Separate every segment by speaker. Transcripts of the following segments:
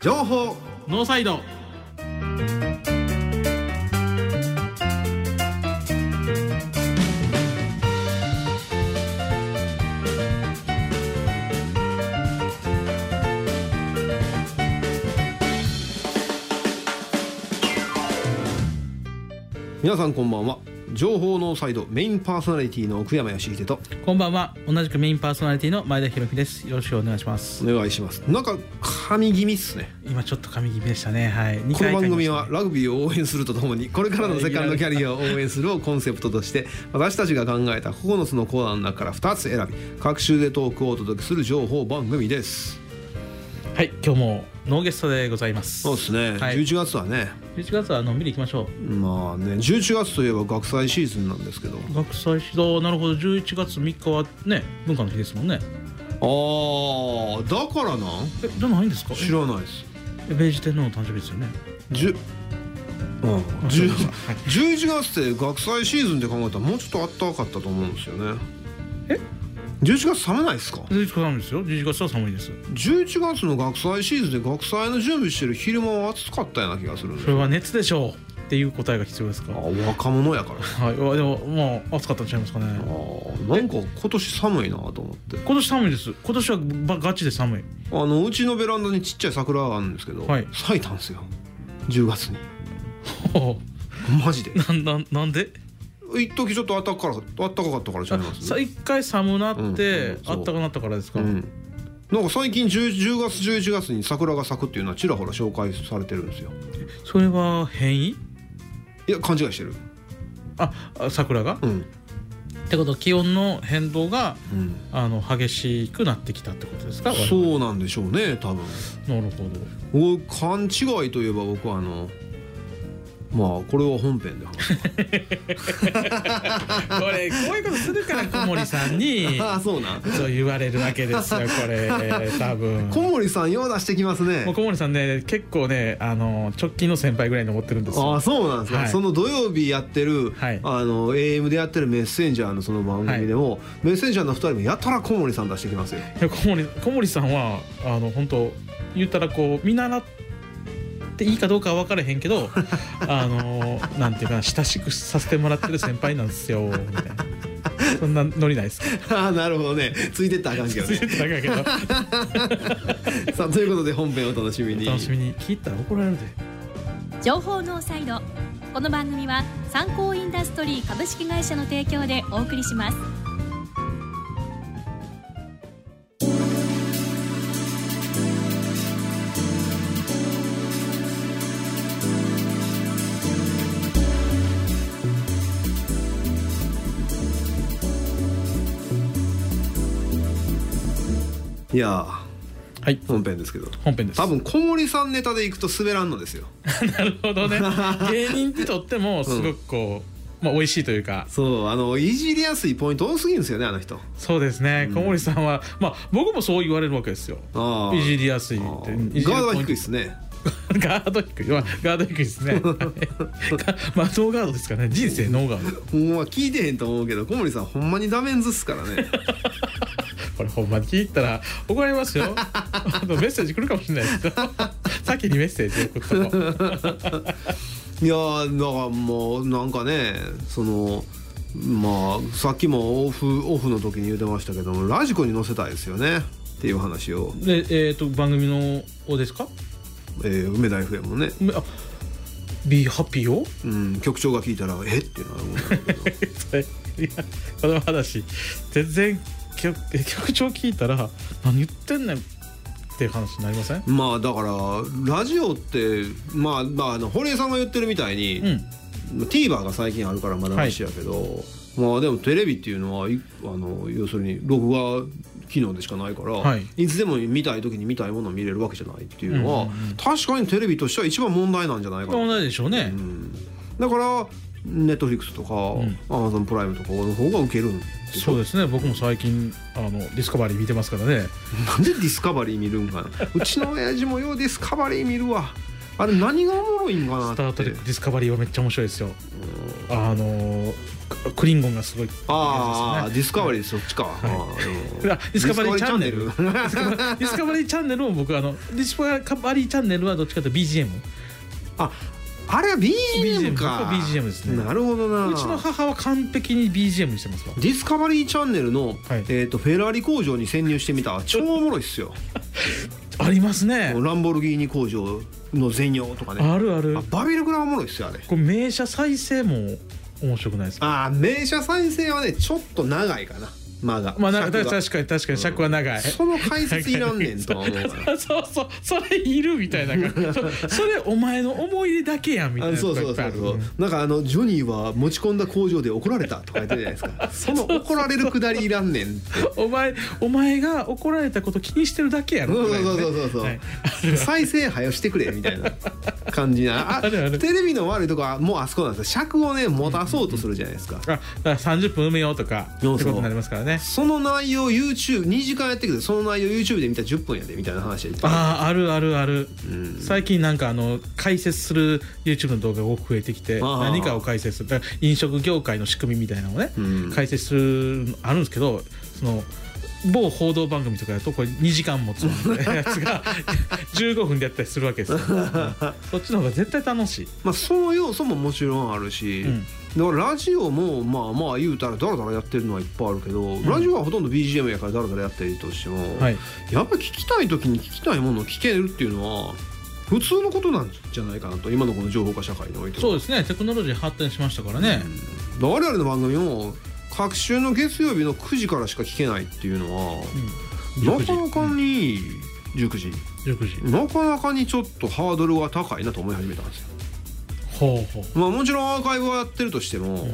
Speaker 1: 情報
Speaker 2: ノーサイド
Speaker 1: 皆さんこんばんは情報ノーサイドメインパーソナリティの奥山義秀と
Speaker 2: こんばんは同じくメインパーソナリティの前田裕樹ですよろしくお願いします
Speaker 1: お願いしますなんか神気味っすね
Speaker 2: 今ちょっと神気味でしたねはい
Speaker 1: この番組はラグビーを応援するとともにこれからのセカンドキャリアを応援するをコンセプトとして私たちが考えた9つのコーナーの中から2つ選び各週でトークをお届けする情報番組です
Speaker 2: はい今日もノーゲストでございます
Speaker 1: そうですね、
Speaker 2: はい、11
Speaker 1: 11月はね
Speaker 2: 月はのんびり行きましょ
Speaker 1: まあね11月といえば学祭シーズンなんですけど
Speaker 2: う学祭指導なるほど11月3日はね文化の日ですもんね
Speaker 1: あーだからなん
Speaker 2: えじゃないんですか
Speaker 1: 知らないです
Speaker 2: え明治天皇の誕生日ですよね
Speaker 1: じゅうん、
Speaker 2: そ
Speaker 1: 10
Speaker 2: うですかはい
Speaker 1: 11月って学祭シーズンって考えたらもうちょっとあったかったと思うんですよね
Speaker 2: え
Speaker 1: 11月寒ないですか
Speaker 2: 11月なんですよ11月は寒いです
Speaker 1: 11月の学祭シーズンで学祭の準備してる昼間は暑かったような気がするんで
Speaker 2: それは熱でしょうっていう答えが必要ですか
Speaker 1: あ若者やから
Speaker 2: はい、うわでももう暑かったんちゃいますかね
Speaker 1: あーなんか今年寒いなと思って
Speaker 2: 今年寒いです今年はばガチで寒い
Speaker 1: あのうちのベランダにちっちゃい桜があるんですけど、
Speaker 2: はい
Speaker 1: 咲いたんですよ10月にマジで
Speaker 2: なんなんなんで
Speaker 1: 一時ちょっとあったかからあったかかったからじゃ
Speaker 2: あ
Speaker 1: います
Speaker 2: さ一回寒なって、
Speaker 1: うんうんそう
Speaker 2: あったかなったからですか、
Speaker 1: うん、なんか最近 10, 10月11月に桜が咲くっていうのはちらほら紹介されてるんですよ
Speaker 2: それは変異
Speaker 1: いや勘違いしてる
Speaker 2: ああ桜が、
Speaker 1: うん、
Speaker 2: ってことは気温の変動が
Speaker 1: うん、
Speaker 2: あの激しくなってきたってことですか
Speaker 1: そうなんでしょうね多分
Speaker 2: なるほど
Speaker 1: お勘違いといえば僕はあのまあこれは本編で話すか
Speaker 2: これこういうことするから小森さんに
Speaker 1: あ そうなん
Speaker 2: そう言われるわけですよこ れ多分
Speaker 1: 小森さんよう出してきますね
Speaker 2: もう小森さんね結構ねあの直近の先輩ぐらいに思ってるんですよ
Speaker 1: あそうなんですか、
Speaker 2: はい
Speaker 1: その土曜日やってる、
Speaker 2: はい
Speaker 1: あの AM でやってるメッセンジャーのその番組でも、メッセンジャーの二人もやたら小森さん出してきます よ
Speaker 2: いや小森小森さんはあの本当言ったらこう見習っていいかどうかは分からへんけ どあのなんていうかな親しくさせてもらってる先輩なんですよみたいなそんなノリないですか
Speaker 1: ああなるほどねついてったらあかんけど
Speaker 2: つ
Speaker 1: ね
Speaker 2: いてただけやけど
Speaker 1: さあということで本編をお楽しみに
Speaker 2: 楽しみに聞いたら怒られるで
Speaker 3: 情報ノーサイドこの番組は参考インダストリー株式会社の提供でお送りします
Speaker 1: いや
Speaker 2: はい
Speaker 1: ー本編ですけど
Speaker 2: 本編です
Speaker 1: 多分小森さんネタでいくと滑らんのですよ
Speaker 2: なる ほどね芸人にとってもすごくこう、まあ美味しいというか
Speaker 1: そうあのいじりやすいポイント多すぎるんですよねあの人
Speaker 2: そうですね
Speaker 1: うん
Speaker 2: 小森さんは、まあ僕もそう言われるわけですよ
Speaker 1: あー
Speaker 2: いじりやすいっ
Speaker 1: あ
Speaker 2: て
Speaker 1: ー
Speaker 2: いじる
Speaker 1: ガードは
Speaker 2: ポ
Speaker 1: 低
Speaker 2: イン
Speaker 1: い
Speaker 2: ト
Speaker 1: ですね
Speaker 2: ガード低い、まあ、ガード低いですね。はいまあ、ノーガードですからね、人生ノーガ ード。
Speaker 1: ほんま聞いてへんと思うけど小森さんほんまにダメンズっすから ね
Speaker 2: これほんまに聞いたら、怒られます よ。あのメッセージ来るかもしれないですけど。 先にメッセージ送っとこう。
Speaker 1: いやーだからもうなんかねそのまあさっきもオフオフの時に言ってましたけどもラジコに載せたいですよねっていう話を、
Speaker 2: で、えっ、と、番組の、おですか。
Speaker 1: えー梅田 FM もね、
Speaker 2: めあ。ビーハッピーを。
Speaker 1: うん、局長が聞いたら「えっ?」てなるもんなんだけど
Speaker 2: それいや、この話。全然、曲、え曲調聞いたら、何言ってんねん。っていう話になりません。
Speaker 1: まあだからラジオってまあまああの堀江さんが言ってるみたいに、
Speaker 2: うん。
Speaker 1: TVer が最近あるからまだ
Speaker 2: はい
Speaker 1: マシやけど、まあでもテレビっていうのはいあの要するに録画機能でしかないから、、
Speaker 2: はい
Speaker 1: つでも見たい時に見たいものを見れるわけじゃないっていうのは、
Speaker 2: うんうんうん
Speaker 1: 確かにテレビとしては一番問題なんじゃないかな、
Speaker 2: 問題でしょうね。
Speaker 1: うんだからネットフリックスとか、
Speaker 2: ん
Speaker 1: Amazon プライムとかの方が受けるんでしょ
Speaker 2: そうですね僕も最近あのディスカバリー見てますからね
Speaker 1: なんでディスカバリー見るんかなうちの親父もようディスカバリー見るわあれ何がおもろいんかなって
Speaker 2: スター・トレック・ディスカバリーはめっちゃ面白いですよ。あのークリンゴンがすごい有名ですね
Speaker 1: ああ、ディスカバリーそっちか、
Speaker 2: い
Speaker 1: あ
Speaker 2: あディスカバリーチャンネル
Speaker 1: ディ
Speaker 2: デ
Speaker 1: スカバリー
Speaker 2: ィスカバディスカバリーチャンネルを僕あのディスカバリーチャンネルはどっちかというと BGM
Speaker 1: ああれは BGM か
Speaker 2: BGM ですね
Speaker 1: なるほどな
Speaker 2: うちの母は完璧に BGM にしてますわ
Speaker 1: ディスカバリーチャンネルの、
Speaker 2: はい
Speaker 1: えー、とフェラーリ工場に潜入してみた超おもろいっすよ
Speaker 2: ありますね
Speaker 1: もうランボルギーニ工場の全容とかね
Speaker 2: あるある
Speaker 1: あバビルグラおもろいっすよあれ
Speaker 2: これ名車再生も面白くないですか
Speaker 1: あー名車再生はねちょっと長いかな間が
Speaker 2: まあな
Speaker 1: 尺が
Speaker 2: 確かに確かに尺は長い、
Speaker 1: その解説いらんねんとは思うから
Speaker 2: そうそうそれいるみたいな感じそそれお前の思い出だけやんみたい
Speaker 1: あ
Speaker 2: な
Speaker 1: そうそう
Speaker 2: とこい
Speaker 1: そう
Speaker 2: っぱい
Speaker 1: そ
Speaker 2: あ
Speaker 1: う
Speaker 2: る
Speaker 1: なんかあのジョニーは持ち込んだ工場で怒られたとか言ってるじゃないですか その怒られるくだりいらんねんって
Speaker 2: お前お前が怒られたこと気にしてるだけやろ
Speaker 1: そうそうそう
Speaker 2: みたいなね
Speaker 1: そうそう、
Speaker 2: はい
Speaker 1: 再生早してくれみたいな感じ なあ
Speaker 2: あるある
Speaker 1: テレビの悪いとこはもうあそこなんですよ尺をね持たそうとするじゃないですか、
Speaker 2: あだから30分埋めようとかって
Speaker 1: そうそう
Speaker 2: ことになりますからね
Speaker 1: その内容 YouTube2 時間やってるけどその内容 YouTube で見たら10分やでみたいな話で
Speaker 2: あああるあるある、
Speaker 1: ん
Speaker 2: 最近なんかあの解説する YouTube の動画が多く増えてき
Speaker 1: あ
Speaker 2: て
Speaker 1: ー
Speaker 2: 何かを解説するだから飲食業界の仕組みみたいなのをね、
Speaker 1: うん
Speaker 2: 解説するのあるんですけどその某報道番組とかやとこれ2時間持つみたいなやつが15分でやったりするわけで すよ、そっちの方が絶対楽しい
Speaker 1: まあ、その要素ももちろんあるし、
Speaker 2: うん
Speaker 1: だからラジオもまあまあ言うたらダラダラやってるのはいっぱいあるけど、ラジオはほとんど BGM やからダラダラやってるとしても、
Speaker 2: はい
Speaker 1: やっぱ聞きたい時に聞きたいものを聞けるっていうのは普通のことなんじゃないかなと今のこの情報化社会においては
Speaker 2: そうですねテクノロジー発展しましたからね、
Speaker 1: 我々の番組も各週の月曜日の9時からしか聞けないっていうのは、
Speaker 2: うん
Speaker 1: なかなかに、19時
Speaker 2: 19時
Speaker 1: なかなかにちょっとハードルが高いなと思い始めたんですよ。
Speaker 2: ほうほう
Speaker 1: まあ、もちろんアーカイブはやってるとしても、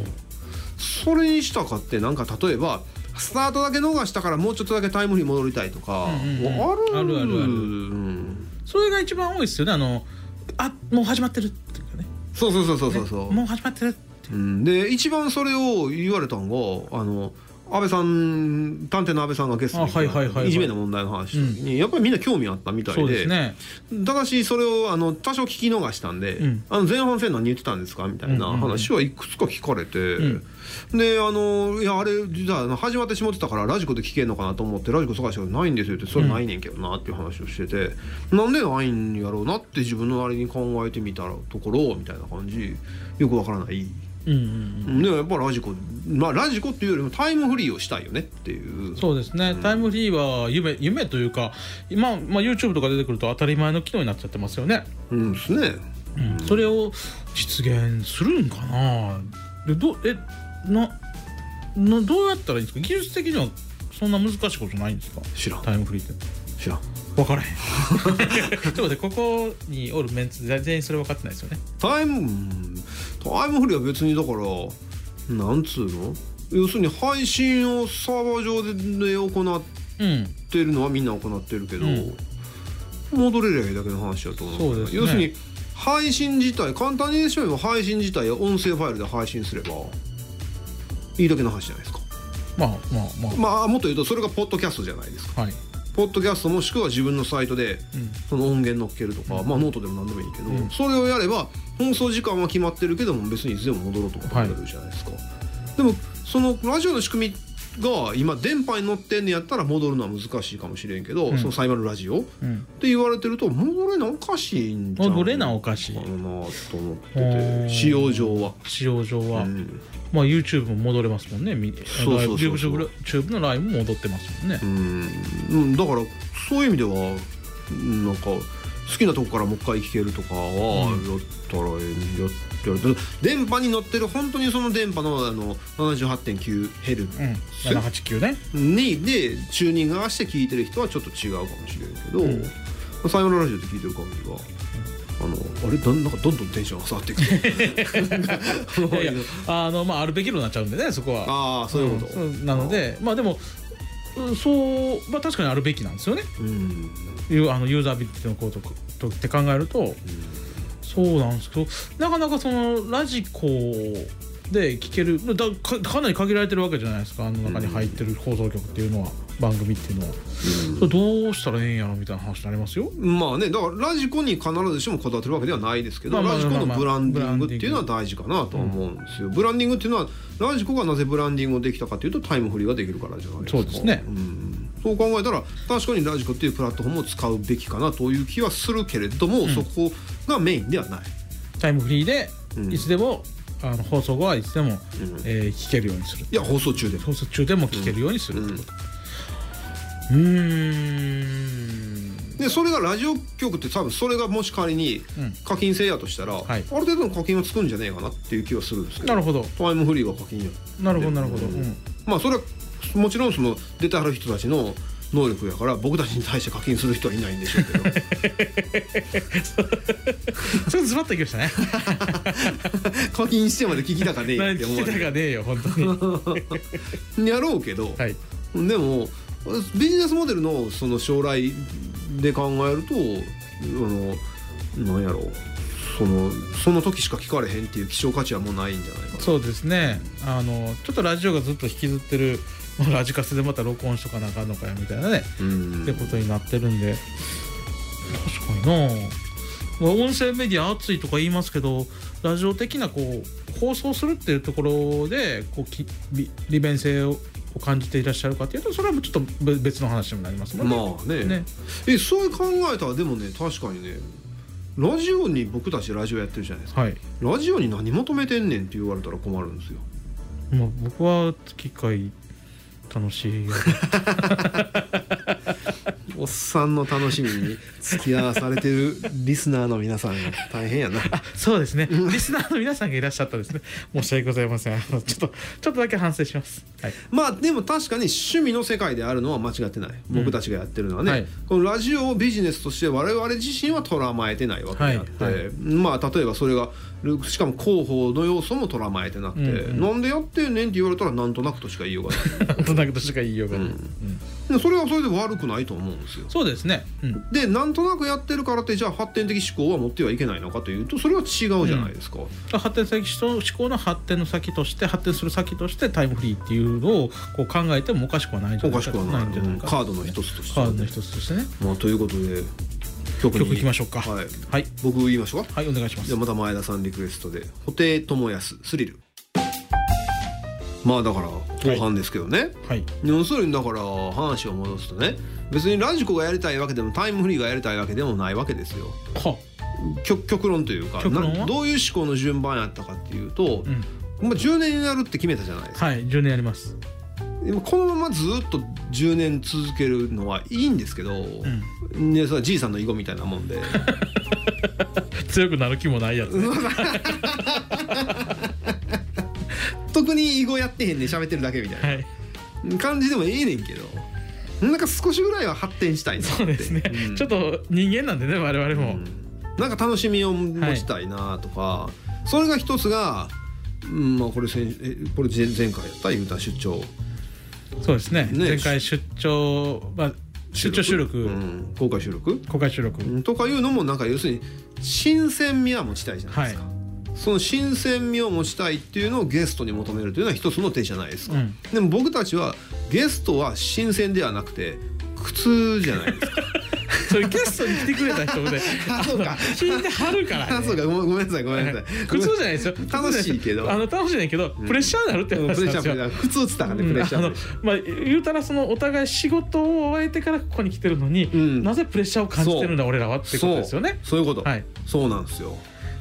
Speaker 1: それにしたかってなんか例えばスタートだけ逃したからもうちょっとだけタイムに戻りたいとか、
Speaker 2: うんうんうん
Speaker 1: ある
Speaker 2: あるあるある
Speaker 1: うん
Speaker 2: それが一番多いですよねあのあもう始まってるっていうかね
Speaker 1: そうそうそうそうそうそう、
Speaker 2: もう始まってるって
Speaker 1: うん、で一番それを言われたんがあの安倍さん探偵の安倍さんがゲストに来た
Speaker 2: あはいはいはいはい
Speaker 1: じめの問題の話の時に、やっぱりみんな興味あったみたい
Speaker 2: そう
Speaker 1: で
Speaker 2: ですね
Speaker 1: ただしそれをあの多少聞き逃したんで「
Speaker 2: うん
Speaker 1: あの前半戦何言ってたんですか?」みたいな
Speaker 2: うんうんうん
Speaker 1: 話はいくつか聞かれて、
Speaker 2: ん
Speaker 1: であの「いやあれじゃあ始まってしまってたからラジコで聞けんのかなと思ってラジコ探したけどないんですよ」って「それないねんけどな」っていう話をしてて、なんでないんやろうなって自分のあれに考えてみたらところみたいな感じよくわからない。
Speaker 2: うんうんうん
Speaker 1: でもやっぱラジコまあラジコっていうよりもタイムフリーをしたいよねっていう
Speaker 2: そうですね、タイムフリーは夢夢というか今、まあ、YouTube とか出てくると当たり前の機能になっちゃってますよね、
Speaker 1: うんですね
Speaker 2: うんそれを実現するんかなでどうえななどうやったらいいんですか技術的にはそんな難しいことないんですか
Speaker 1: 知らん
Speaker 2: タイムフリーって
Speaker 1: 知らん
Speaker 2: 分からへん ちょっと待ってここにおるメンツ全員それ分かってないですよね
Speaker 1: タイムうんタイムフリーは別にだからなんつうの要するに配信をサーバー上で行っ
Speaker 2: うん
Speaker 1: てるのはみんな行ってるけど、
Speaker 2: うん
Speaker 1: 戻れりゃいいだけの話だと思う
Speaker 2: そうですね
Speaker 1: 要するに配信自体簡単に言えてしまえば配信自体を音声ファイルで配信すればいいだけの話じゃないですか
Speaker 2: まあまあま
Speaker 1: まあもっと言うとそれがポッドキャストじゃないですか
Speaker 2: あはい
Speaker 1: ポッドキャストもしくは自分のサイトで
Speaker 2: うん
Speaker 1: その音源乗っけるとか、まあノートでも何でもいいけど、
Speaker 2: うん
Speaker 1: それをやれば放送時間は決まってるけども別にいつでも戻ろうとか考えるじゃないですか、でもそのラジオの仕組みが今電波に乗ってんねやったら戻るのは難しいかもしれんけど、
Speaker 2: うん
Speaker 1: そのサイマルラジオっ
Speaker 2: うん
Speaker 1: て言われてると戻れなおかしいんじゃない
Speaker 2: 戻れなおかしい
Speaker 1: かなと思って
Speaker 2: うん
Speaker 1: て使用上は、
Speaker 2: 使用上は、
Speaker 1: うん
Speaker 2: まあ YouTube も戻れますもんね。み
Speaker 1: そうそうそうそう
Speaker 2: YouTube のライブも戻ってますもんね
Speaker 1: う。んうんだからそういう意味ではなんか好きなとこからもう一回聞けるとかは
Speaker 2: うん
Speaker 1: やったらええややる電波に乗ってる本当にその電波のあの 78.9Hz
Speaker 2: うん。
Speaker 1: え
Speaker 2: 七八九ね。
Speaker 1: にでチューニング合わせて聞いてる人はちょっと違うかもしれんけど、
Speaker 2: うん
Speaker 1: まあサイモンラジオで聞いてる感じが。あのあれどんなんかどんどんテンションが下がってい く
Speaker 2: いやいやあのまああるべき量になっちゃうんでねそこは。
Speaker 1: ああそういうこと、
Speaker 2: んそなのでまあでもうんそうまあ確かにあるべきなんですよね。
Speaker 1: うん
Speaker 2: いうあのユーザビリティのこととって考えるとそうなんですけどなかなかそのラジコで聞けるだかかなり限られてるわけじゃないですかあの中に入ってる放送局っていうのは、番組っていうのは、それどうしたらええんやろみたいな話になりますよ
Speaker 1: まあねだからラジコに必ずしもこだわってるわけではないですけど、
Speaker 2: まあまあ
Speaker 1: ラジコのブランディングっていうのは
Speaker 2: ブ
Speaker 1: 大事かなと思うんですよ、ブランディングっていうのはラジコがなぜブランディングをできたかというとタイムフリーができるからじゃないですか
Speaker 2: そうですね
Speaker 1: うんそう考えたら確かにラジコっていうプラットフォームを使うべきかなという気はするけれども、そこがメインではない
Speaker 2: タイムフリーで
Speaker 1: うん
Speaker 2: いつでも、あの放送後はいつでも、えー聞けるようにする
Speaker 1: いや放送中で
Speaker 2: 放送中でも聞けるようにするってことうーん
Speaker 1: でそれがラジオ局って多分それがもし仮に
Speaker 2: うん
Speaker 1: 課金制やとしたら、
Speaker 2: い
Speaker 1: ある程度の課金はつくんじゃねえかなっていう気はするんですけど
Speaker 2: なるほど
Speaker 1: タイムフリーは課金や
Speaker 2: なるほどなるほど、
Speaker 1: うん
Speaker 2: うん
Speaker 1: まあそれはもちろんその出てはる人たちの能力やから僕たちに対して課金する人はいないんでしょうけど
Speaker 2: ちょっとズバッといきましたね。
Speaker 1: 課金してまで聞きたかねえよっ
Speaker 2: 何
Speaker 1: て
Speaker 2: 聞
Speaker 1: 思
Speaker 2: き
Speaker 1: わ
Speaker 2: た
Speaker 1: れ
Speaker 2: がねえよ、本当 に。
Speaker 1: るやろうけど、
Speaker 2: はい。
Speaker 1: でもビジネスモデルのその将来で考えるとあのなんやろうそのその時しか聞かれへんっていう希少価値はもうないんじゃないかな
Speaker 2: そうですね。あの、ちょっとラジオがずっと引きずってる。 まあラジカセでまた録音しとかなあかんのかよみたいなね、
Speaker 1: うん
Speaker 2: ってことになってるんで。確かにな。まあ音声メディア熱いとか言いますけどラジオ的なこう放送するっていうところでこうき利利便性を感じていらっしゃるかっていうとそれはもうちょっとべ別の話にもなりますもんね。
Speaker 1: まあね
Speaker 2: ね
Speaker 1: えそう考えたらでもね確かにねラジオに僕たちラジオやってるじゃないですか
Speaker 2: はい
Speaker 1: ラジオに何求めてんねんって言われたら困るんですよ
Speaker 2: まあ、僕は月1回楽しい
Speaker 1: おっさんの楽しみに付き合わされてるリスナーの皆さん大変や な
Speaker 2: そうですねリスナーの皆さんがいらっしゃったですね 申し訳ございませんあのちょっとちょっとだけ反省します、 はい、
Speaker 1: まあでも確かに趣味の世界であるのは間違ってない僕たちがやってるのはね、
Speaker 2: はい
Speaker 1: このラジオをビジネスとして我々自身は捉まえてないわけであって、
Speaker 2: はいはい
Speaker 1: まあ例えばそれがしかも広報の要素も捉まえてなくて、
Speaker 2: うんうん
Speaker 1: なんでやってんねんって言われたらなんとなくとしか言いようがな い
Speaker 2: なんとなくとしか言いようがない、
Speaker 1: うん
Speaker 2: うん
Speaker 1: でそれはそれで悪くないと思うんですよ
Speaker 2: そうですね、うん、
Speaker 1: でなんとなくやってるからってじゃあ発展的思考は持ってはいけないのかというとそれは違うじゃないですか、
Speaker 2: 発展先思考の発展の先として発展する先としてタイムフリーっていうのをこう考えてもおかしくはないんじゃ
Speaker 1: お
Speaker 2: ない
Speaker 1: かしくはない
Speaker 2: んじゃないか
Speaker 1: カードの一つとして
Speaker 2: カードの一つとしてね
Speaker 1: まあ、ということで曲に
Speaker 2: 曲いきましょうか
Speaker 1: はい、
Speaker 2: はい
Speaker 1: 僕言いましょうか
Speaker 2: はいお願いしま
Speaker 1: じ
Speaker 2: す
Speaker 1: ゃあまた前田さんリクエストで「布袋寅泰スリル」まあだから後半ですけどね、
Speaker 2: はい
Speaker 1: 要するにだから話を戻すとね別にラジコがやりたいわけでもタイムフリーがやりたいわけでもないわけですよ
Speaker 2: は
Speaker 1: 極極論というか
Speaker 2: 極論は
Speaker 1: などういう思考の順番やったかっていうと、
Speaker 2: うん
Speaker 1: まあ、10年になるって決めたじゃないですか、
Speaker 2: はい10年やります
Speaker 1: でもこのままずっと10年続けるのはいいんですけど、ねそれはじいさんの囲碁みたいなもん で
Speaker 2: 強くなる気もないやつね
Speaker 1: 特に囲碁やってへんで喋ってるだけみたい
Speaker 2: はい
Speaker 1: な感じでもええねんけどなんか少しぐらいは発展したいなって
Speaker 2: そうですね、
Speaker 1: ん
Speaker 2: ちょっと人間なんでね我々も、
Speaker 1: なんか楽しみを持ちたいなとか、それが一つが、うんまあ、これ先えこれ前前回やった言うた出張
Speaker 2: そうですね
Speaker 1: ね
Speaker 2: 前回出張、まあ、出張収録、
Speaker 1: うん、公開収録
Speaker 2: 公開収録、
Speaker 1: とかいうのもなんか要するに新鮮味は持ちたいじゃないですか、
Speaker 2: は
Speaker 1: その新鮮味を持ちたいっていうのをゲストに求めるというのは一つの手じゃないですか、
Speaker 2: うん
Speaker 1: でも僕たちはゲストは新鮮ではなくて苦痛じゃないですか
Speaker 2: そういうゲストに来てくれた人で
Speaker 1: あそうか
Speaker 2: あの聞いてはるか ら、
Speaker 1: あ
Speaker 2: ね
Speaker 1: そうかごめんごめんなさいごめんなさい
Speaker 2: 苦痛じゃないですよ
Speaker 1: 楽しいけど
Speaker 2: あの楽しいねんけど、プレッシャーになるって
Speaker 1: うん
Speaker 2: 話
Speaker 1: プレ
Speaker 2: な
Speaker 1: ッシャープ
Speaker 2: んです
Speaker 1: レッシ
Speaker 2: よ
Speaker 1: ャー苦痛っつったからね
Speaker 2: う
Speaker 1: プ
Speaker 2: ん
Speaker 1: レッ
Speaker 2: あ
Speaker 1: シャー
Speaker 2: の
Speaker 1: で
Speaker 2: まあ言うたらそのお互い仕事を終えてからここに来てるのに、
Speaker 1: ん
Speaker 2: なぜプレッシャーを感じてるんだ俺らはっていうことですよね。
Speaker 1: そうそういうこと、
Speaker 2: はい、
Speaker 1: そうなんですよ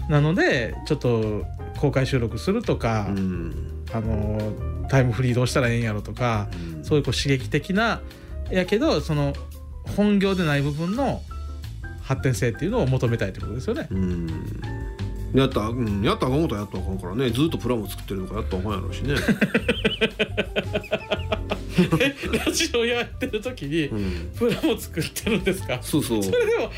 Speaker 2: なのでちょっと公開収録するとか、
Speaker 1: うん
Speaker 2: あのタイムフリーどうしたらええんやろとか、
Speaker 1: うん
Speaker 2: そういうこう刺激的なやけどその本業でない部分の発展性っていうのを求めたいってことですよね。
Speaker 1: うんやったらうんやったらあかんことはやったらあかんからねずっとプラモ作ってるとかやったらあかんやろうしね、
Speaker 2: ラジオやってる時に
Speaker 1: うん、
Speaker 2: プラモ作ってるんですか
Speaker 1: そうそう
Speaker 2: それでも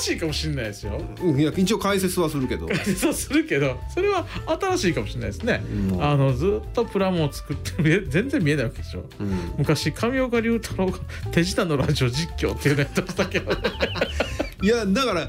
Speaker 2: 新しいかもしれないですよ。
Speaker 1: うんいや一応解説はするけど
Speaker 2: そうするけどそれは新しいかもしれないですね。
Speaker 1: うん
Speaker 2: あのずっとプラモを作ってるえ全然見えないわけでしょ。
Speaker 1: うん
Speaker 2: 昔上岡 龍 太郎が手品のラジオ実況っていうのやってましたけど
Speaker 1: いやだから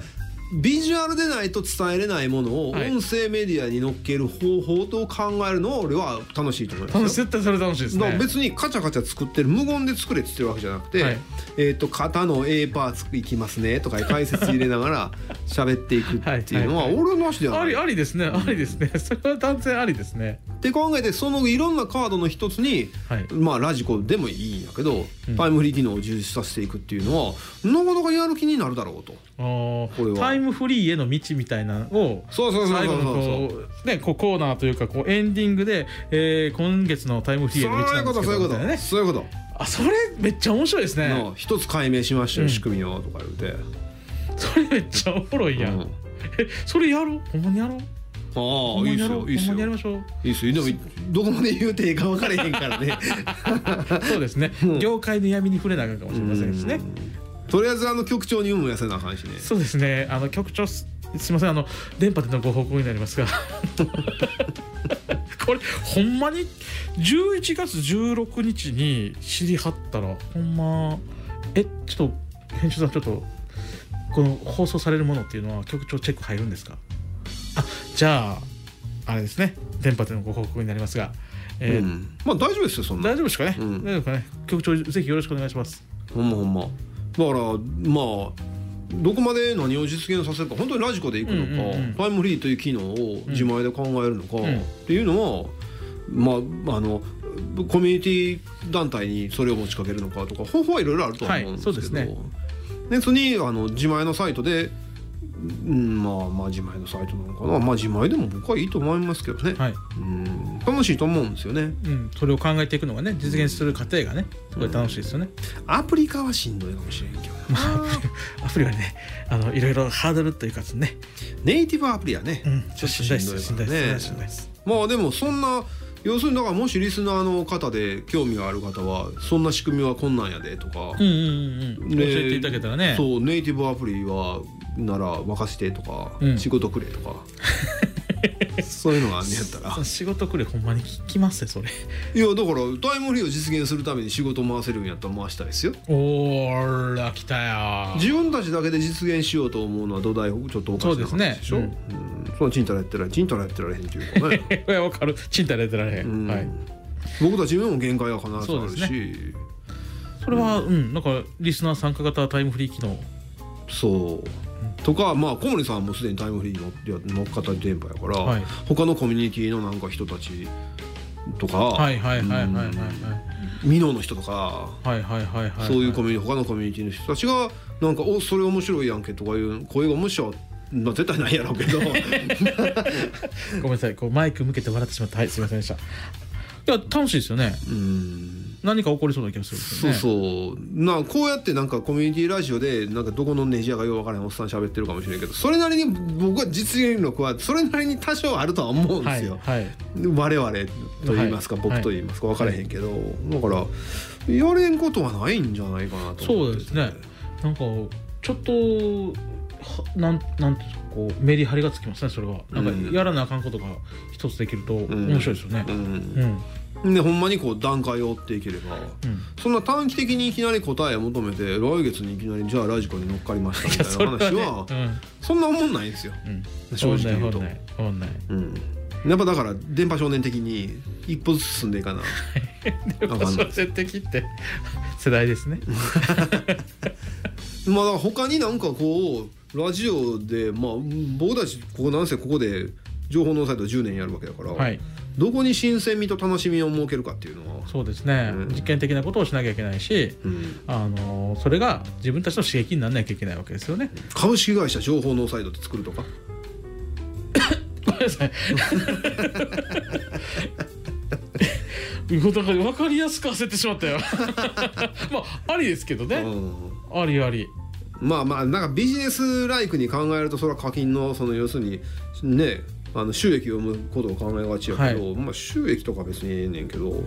Speaker 1: ビジュアルでないと伝えれないものを
Speaker 2: はい
Speaker 1: 音声メディアに乗っける方法と考えるのは俺は楽しいと思い
Speaker 2: 楽
Speaker 1: ま
Speaker 2: しい
Speaker 1: すよ。
Speaker 2: 絶対それ楽しいです
Speaker 1: だから
Speaker 2: ね
Speaker 1: 別にカチャカチャ作ってる無言で作れって言ってるわけじゃなくて、
Speaker 2: はい
Speaker 1: えー、と肩の A パーツいきますねとか解説入れながら 喋っていくっていうのは
Speaker 2: はい
Speaker 1: 俺なしではな
Speaker 2: あ
Speaker 1: い
Speaker 2: りありですねありですねそれは断然ありですね
Speaker 1: って考えてそのいろんなカードの一つに、
Speaker 2: はい
Speaker 1: まあラジコでもいいんやけど、
Speaker 2: うん
Speaker 1: タイムフリー機能を充実させていくっていうのはなかなかやる気になるだろうと。
Speaker 2: あー
Speaker 1: これは
Speaker 2: タイムフリーへの道みたいなのを
Speaker 1: そうそうそう
Speaker 2: 最
Speaker 1: そ
Speaker 2: 後
Speaker 1: う
Speaker 2: の
Speaker 1: そうそう。
Speaker 2: こうねこうコーナーというかこうエンディングで、えー今月のタイムフリーへの道
Speaker 1: そうい
Speaker 2: な
Speaker 1: うんこ
Speaker 2: です
Speaker 1: と
Speaker 2: け
Speaker 1: そういうこ
Speaker 2: どみたいな
Speaker 1: と
Speaker 2: ね
Speaker 1: そういうこと。
Speaker 2: あそれめっちゃ面白いですね
Speaker 1: の一つ解明しました
Speaker 2: う
Speaker 1: よ
Speaker 2: ん
Speaker 1: 仕組みをとか言うて。
Speaker 2: それめっちゃおもろいやん、
Speaker 1: うんあ
Speaker 2: え それやろうほんまにやろうほ
Speaker 1: あ
Speaker 2: ん
Speaker 1: い
Speaker 2: ま
Speaker 1: いっ
Speaker 2: にや
Speaker 1: すよ
Speaker 2: ろ
Speaker 1: い
Speaker 2: う
Speaker 1: いっす
Speaker 2: ほんまにや
Speaker 1: よ
Speaker 2: りましょう
Speaker 1: いいっすよ。でもどこまで言うていいか分からへんから ね。
Speaker 2: そうですね、
Speaker 1: うん
Speaker 2: 業界の闇に触れなあかんかもしれませんしね
Speaker 1: うん とりあえずあの局長に有無やせなあかんしね。
Speaker 2: そうですねあの局長すすいませんあの電波でのご報告になりま すがこれほんまに11月16日に知りはったらほんまえちょっと編集さんちょっとこの放送されるものっていうのは局長チェック入るんですかあじゃああれですね電波でのご報告になりますが、えー
Speaker 1: うんまあ大丈夫ですよそんな
Speaker 2: 大。丈夫ですかね、
Speaker 1: うん
Speaker 2: 大丈夫かね局長ぜひよろしくお願いします
Speaker 1: ほんまほんま。だからまあどこまで何を実現させるか本当にラジコで行くのか、
Speaker 2: うんうんうん
Speaker 1: タイムフリーという機能を自前で考えるのか、
Speaker 2: ん
Speaker 1: っていうのはまああのコミュニティ団体にそれを持ちかけるのかとか方法はいろいろあるとは思うんですけど、
Speaker 2: はいそうですね
Speaker 1: でそれにあの自前のサイトで、うん、まあまあ自前のサイトなのかなまあ自前でも僕はいいと思いますけどね、
Speaker 2: はい
Speaker 1: うん楽しいと思うんですよね
Speaker 2: うん、それを考えていくのがね実現する過程がねすごい楽しいですよね、
Speaker 1: アプリ化はしんどいかもしれんけどな
Speaker 2: アプリはねあのいろいろハードルというかね、
Speaker 1: ネイティブアプリはね、
Speaker 2: うん、
Speaker 1: ちょっとしん
Speaker 2: し
Speaker 1: ど
Speaker 2: ん
Speaker 1: い
Speaker 2: どい
Speaker 1: からね
Speaker 2: ですしんどいですしんどいです
Speaker 1: まあでもそんな要するにだからもしリスナーの方で興味がある方はそんな仕組みはこんなんやでとか、
Speaker 2: うんうんうんうん、教
Speaker 1: で
Speaker 2: えていただけたらね
Speaker 1: そうネイティブアプリはなら任せてとか、
Speaker 2: うん
Speaker 1: 仕事くれとか そういうのがあんねやったら
Speaker 2: そう仕事くれほんまに聞きますねそれ
Speaker 1: いやだからタイムフリーを実現するために仕事回せるんやったら回したいですよ
Speaker 2: おーら来たよ
Speaker 1: 自分たちだけで実現しようと思うのは土台ちょっとおかしな
Speaker 2: そうですね
Speaker 1: 話でしょ
Speaker 2: うん
Speaker 1: うんそのちんたらやってられちんたらやってられへんっていう かね
Speaker 2: いやわかる賃貸でやってられへん、
Speaker 1: うん
Speaker 2: はい、
Speaker 1: 僕たちにも限界が必ずあるし
Speaker 2: そうそれはうんなんかリスナー参加型タイムフリー機能
Speaker 1: そう,、とかまあ小森さんもすでにタイムフリーの乗っかった電波やから、
Speaker 2: はい
Speaker 1: 他のコミュニティのなんか人たちとか、
Speaker 2: はいはいはいはいはいはい
Speaker 1: ミノの人とか、
Speaker 2: はいはいはいはい
Speaker 1: そういうコミュニティ他のコミュニティの人たちがなんか「おそれ面白いやんけ」とかいう声が面白いまあ絶対ないやろうけ ど
Speaker 2: ごめんなさいこうマイク向けて笑ってしまったはいすいませんでしたいや楽しいですよね
Speaker 1: うん
Speaker 2: 何か起こりそうな気がするんです
Speaker 1: そ
Speaker 2: よ
Speaker 1: うそ
Speaker 2: ね
Speaker 1: う、なこうやってなんかコミュニティラジオでなんかどこのネジ屋がようわからんおっさん喋ってるかもしれんけどそれなりに僕は実現力はそれなりに多少あるとは思うんですよ、
Speaker 2: はい、はい
Speaker 1: 我々と言いますか、
Speaker 2: はい
Speaker 1: 僕と言いますか分からへんけど、だからやれんことはないんじゃないかなと
Speaker 2: そ
Speaker 1: 思
Speaker 2: う
Speaker 1: って
Speaker 2: ですねなんかちょっとはなんなんていうんですかこうメリハリがつきますねそれはなんか
Speaker 1: うん
Speaker 2: やらなあかんことが一つできると
Speaker 1: ん
Speaker 2: 面白いですよね
Speaker 1: う
Speaker 2: うん
Speaker 1: ん、
Speaker 2: うん
Speaker 1: でほんまにこう段階を追っていければそんな短期的にいきなり答えを求めて来月にいきなりじゃあラジコに乗っかりましたみ
Speaker 2: い
Speaker 1: た
Speaker 2: や
Speaker 1: い
Speaker 2: それ
Speaker 1: な
Speaker 2: は
Speaker 1: 話
Speaker 2: ね
Speaker 1: は
Speaker 2: うん
Speaker 1: そんな思んないんですよ、
Speaker 2: うん
Speaker 1: 正直言うと
Speaker 2: 本。来本来本
Speaker 1: うん、やっぱだから電波少年的に一歩ずつ進んでいかな
Speaker 2: 来で
Speaker 1: わ
Speaker 2: も
Speaker 1: かんない
Speaker 2: 小説的って 世代ですね
Speaker 1: まあだから他になんかこうラジオでまあ僕たちここなんせここで情報のサイト10年やるわけだから、
Speaker 2: はい
Speaker 1: どこに新鮮味と楽しみを設けるかっていうのは、
Speaker 2: そうですね、
Speaker 1: うん
Speaker 2: 実験的なことをしなきゃいけないし
Speaker 1: うん、
Speaker 2: あのそれが自分たちの刺激にならなきゃいけないわけですよね。
Speaker 1: 株式会社情報ノーサイドって作るとか
Speaker 2: ごめんなさい。 なんか分かりやすく焦ってしまったよ。 まあありですけど
Speaker 1: う
Speaker 2: ね。
Speaker 1: ん
Speaker 2: ありあり。
Speaker 1: まあまあなんかビジネスライクに考えるとそれは課金のその要するにねあの収益を生むことを考えがちやけど、まあ、収益とか別にええねんけど、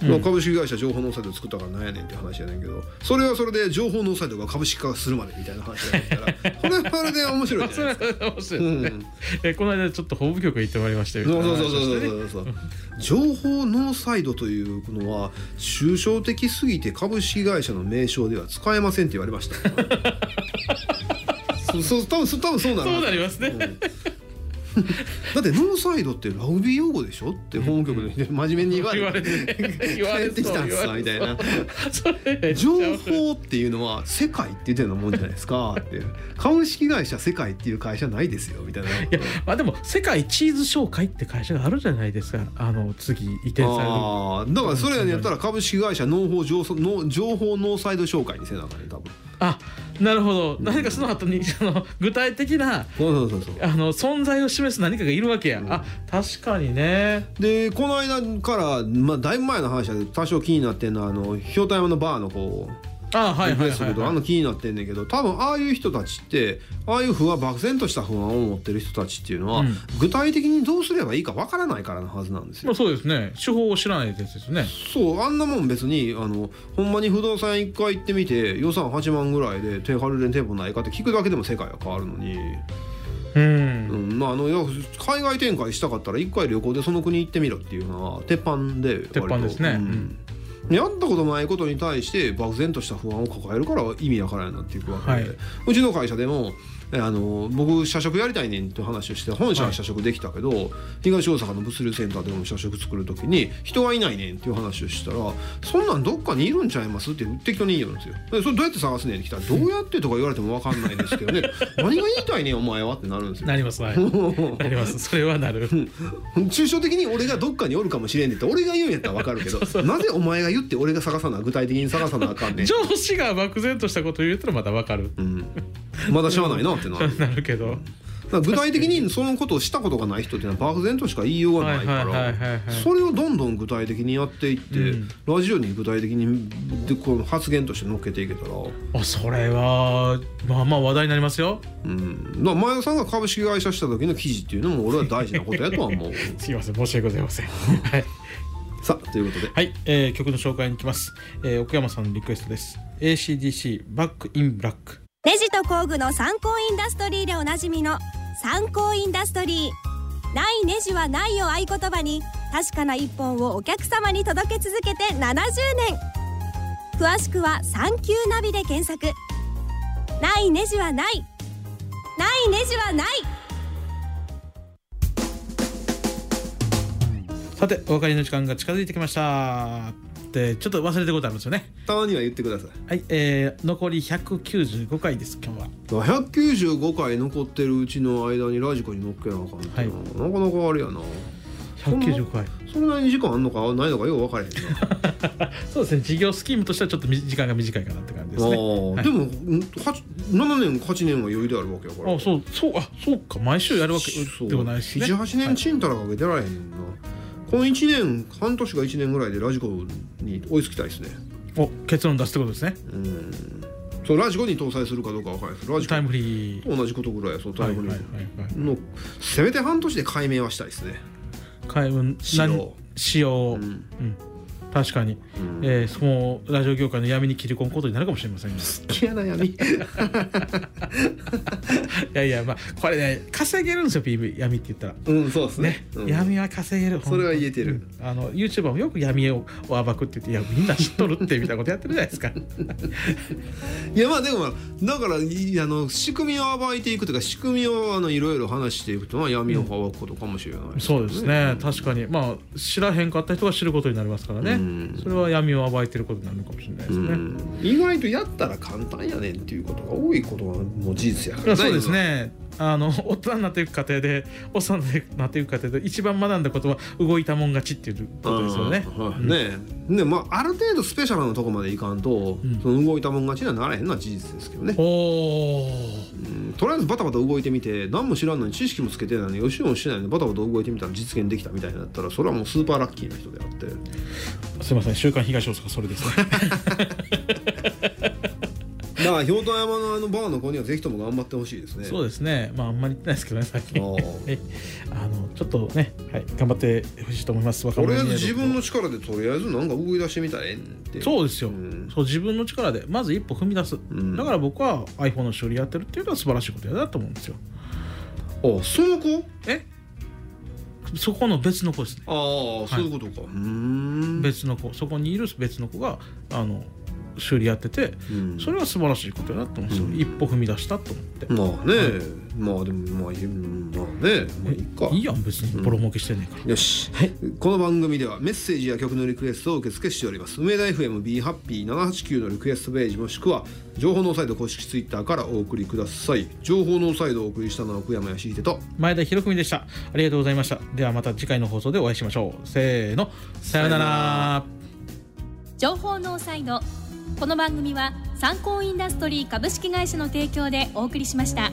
Speaker 1: まあ、株式会社情報ノーサイト作ったからなんやねんって話やねんけどそれはそれで情報ノーサイトが株式化するまでみたいな話やねん からこれはそれで面白い
Speaker 2: あ
Speaker 1: じ
Speaker 2: そ
Speaker 1: ゃな
Speaker 2: れ
Speaker 1: いですか。
Speaker 2: は
Speaker 1: う
Speaker 2: 面白いですね。
Speaker 1: ん、
Speaker 2: えこの間ちょっと法務局へ行ってまいりましたよ。
Speaker 1: そうそうそう
Speaker 2: みたいな話をしてね
Speaker 1: そうそうそう情報ノーサイドというのは抽象的すぎて株式会社の名称では使えませんって言われました そそうそう多分そう多分そうなの
Speaker 2: そうなりますね
Speaker 1: うんだってノーサイドってラグビー用語でしょって本局で真面目に言わ
Speaker 2: 言わ
Speaker 1: れ
Speaker 2: れ
Speaker 1: て
Speaker 2: て
Speaker 1: 帰
Speaker 2: 言われ
Speaker 1: ってきたんすわみたいな
Speaker 2: そうそれめっちゃ
Speaker 1: 情
Speaker 2: わかる
Speaker 1: 報っていうのは世界って言ってるようなもんじゃないですかって株式会社世界っていう会社ないですよみたいない
Speaker 2: やまあでも世界チーズ商会って会社があるじゃないですかあの次移転される
Speaker 1: あーだからそれやったら株式会社農法情報の情報ノーサイド紹介にせなあかんね多分
Speaker 2: あなるほど何かその後にその具体的な
Speaker 1: そうそうそうそう
Speaker 2: あの存在を示す何かがいるわけや、あ確かにね
Speaker 1: でこの間から、まあ、だいぶ前の話で多少気になってんのはあのひょうた山のバーのこう
Speaker 2: あはい
Speaker 1: リク
Speaker 2: はい
Speaker 1: エ
Speaker 2: は
Speaker 1: スト
Speaker 2: い、
Speaker 1: のことあの気になってんねんけど多分ああいう人たちってああいう不安漠然とした不安を持ってる人たちっていうのは、
Speaker 2: うん
Speaker 1: 具体的にどうすればいいかわからないからのはずなんですよ
Speaker 2: まあ、そうですね手法を知らないですですね
Speaker 1: そうあんなもん別にあのほんまに不動産一回行ってみて予算8万ぐらいで手軽で店舗ないかって聞くだけでも世界は変わるのに、
Speaker 2: う
Speaker 1: うんんまあ、あのいや海外展開したかったら一回旅行でその国行ってみろっていうのは鉄板で割と
Speaker 2: 鉄板ですね
Speaker 1: うんやったことないことに対して漠然とした不安を抱えるから意味わからんようになっていくわけで、
Speaker 2: はいう
Speaker 1: ちの会社でもえあの僕社食やりたいねんって話をして本社
Speaker 2: は
Speaker 1: はい社食できたけど、東大阪の物流センターでも社食作る時に人がいないねんっていう話をしたら「そんなんどっかにいるんちゃいます?」って適当に言うんですよ。でそれどうやって探すねんって来たら「どうやって?」とか言われても分かんないですけ どね「何が言いたいねんお前は」ってなるんですよ
Speaker 2: な。りますはいなりますそれはなる
Speaker 1: 抽象的に俺がどっかにおるかもしれんねんって俺が言うんやったら分かる けどなぜお前が言って俺が探さな具体的に探さなあかんねん、
Speaker 2: 上司が漠然としたことを言ったらまたわかる
Speaker 1: うん、まだしゃあないなってなる
Speaker 2: なるけど
Speaker 1: だから具体的にそのことをしたことがない人っていうのは漠然としか言いようがないか
Speaker 2: はいはいはいはい
Speaker 1: ら
Speaker 2: はい
Speaker 1: それをどんどん具体的にやっていって、
Speaker 2: うん
Speaker 1: ラジオに具体的にでこの発言として乗っけていけたら。
Speaker 2: あそれはまあまあ話題になりますよ
Speaker 1: うん、だから前田さんが株式会社した時の記事っていうのも俺は大事なことやとは 思う
Speaker 2: すいません申し訳ございませんはい
Speaker 1: さあということで
Speaker 2: はい、えー曲の紹介に行きます、えー奥山さんのリクエストです ACDC バックインブラック
Speaker 4: ネジと工具の参考インダストリーでおなじみの参考インダストリーないネジはないを合言葉に確かな一本をお客様に届け続けて70年詳しくは「サンキューナビ」で検索ないネジはないないネジはない
Speaker 2: さてお別れの時間が近づいてきましたでちょっと忘れてることあるんですよね
Speaker 1: たまには言ってください
Speaker 2: はい、えー残り195回です今日は
Speaker 1: 195回残ってるうちの間にラジコに乗っけなあかんってな、なかなかあれやな
Speaker 2: 195回
Speaker 1: そんなに時間あんのかないのかよう分からへんな
Speaker 2: そうですね事業スキームとしてはちょっとみ時間が短いかなって感じです
Speaker 1: あ
Speaker 2: ね
Speaker 1: ー
Speaker 2: はい
Speaker 1: でもんはち7年8年は余裕であるわけやから
Speaker 2: あそうそうあそうか毎週やるわけ
Speaker 1: そう
Speaker 2: でもないし、ね、
Speaker 1: 78年ちんたらかけてられへんねんな、この1年半年か1年ぐらいでラジコに追いつきたいですね
Speaker 2: お結論出すってことですね
Speaker 1: うんそうラジコに搭載するかどうか分からないですラジコ
Speaker 2: タイムフリー
Speaker 1: と同じことぐらいやそうタイムリー
Speaker 2: はいはいはいはい
Speaker 1: のせめて半年で解明はしたいですね
Speaker 2: 海運
Speaker 1: 使用
Speaker 2: 何使用、うん
Speaker 1: ん
Speaker 2: 確かに、
Speaker 1: うん
Speaker 2: えーそのラジオ業界の闇に切り込むことになるかもしれませんがい
Speaker 1: 嫌な闇
Speaker 2: やいやまあこれね稼げるんですよ PV 闇って言ったら。
Speaker 1: うんそうですね
Speaker 2: ね、
Speaker 1: うん
Speaker 2: 闇は稼げる
Speaker 1: それは言えてる、
Speaker 2: 本当にうんあの YouTuber もよく闇を暴くって言っていやみんな知っとるってみたいなことやってるじゃないですか
Speaker 1: いやまあでもだからいあの仕組みを暴いていくというか仕組みをあのいろいろ話していくというのは闇を暴くことかもしれない、
Speaker 2: そうですね確かにまあ知らへんかった人が知ることになりますからね、
Speaker 1: うん
Speaker 2: それは闇を暴いてることになるのかもしれないです
Speaker 1: う
Speaker 2: ね、
Speaker 1: ん意外とやったら簡単やねんっていうことが多いことはもう事実やか
Speaker 2: いや
Speaker 1: ら
Speaker 2: そうですねあの大人になっていく過程で大人になっていく過程で一番学んだことは動いたもん勝ちっていうことですよね。
Speaker 1: あーはいねでまあある程度スペシャルなとこまでいかんと、
Speaker 2: ん
Speaker 1: その動いたもん勝ちにはならへんのは事実ですけどね、
Speaker 2: おお
Speaker 1: うんとりあえずバタバタ動いてみて何も知らんのに知識もつけてないのに予習もしてないのにバタバタ動いてみたら実現できたみたいになったらそれはもうスーパーラッキーな人であって
Speaker 2: すいません「週刊東大阪」それですね。
Speaker 1: だから氷山のあのバーの子にはぜひとも頑張ってほしいですね
Speaker 2: そうですねまああんまり言ってないですけどね最近。
Speaker 1: あー
Speaker 2: はいあのちょっとね、はい、頑張ってほしいと思います若
Speaker 1: とりあえ
Speaker 2: に
Speaker 1: ず自分の
Speaker 2: の
Speaker 1: 力でとりあえずなんか動き出してみたらええねんって
Speaker 2: そうですよ、
Speaker 1: ん
Speaker 2: そう自分の力でまず一歩踏み出す、
Speaker 1: ん
Speaker 2: だから僕は iPhone の修理やってるっていうのは素晴らしいことやなと思うんですよ
Speaker 1: あその子
Speaker 2: えそこの別の子ですね
Speaker 1: ああ、そういうことかうーん
Speaker 2: 別の子そこにいる別の子があの修理やってて、
Speaker 1: うん
Speaker 2: それは素晴らしいことやなと思うんですよ、
Speaker 1: うん
Speaker 2: 一歩踏み出したと思って、
Speaker 1: まあね、まあでもまあいいうんまあねまあいいか
Speaker 2: いいやん別にボロ儲けしてんねえから、
Speaker 1: よし、
Speaker 2: はい
Speaker 1: この番組ではメッセージや曲のリクエストを受け付けしております梅田 FMB ハッピー789のリクエストページもしくは情報ノーサイド公式ツイッターからお送りください情報ノーサイドをお送りしたのは奥山義秀と
Speaker 2: 前田博文でしたありがとうございましたではまた次回の放送でお会いしましょうせーのさよな
Speaker 1: さよ
Speaker 2: ら
Speaker 4: 情報ノーサイドこの番組は参考インダストリー株式会社の提供でお送りしました。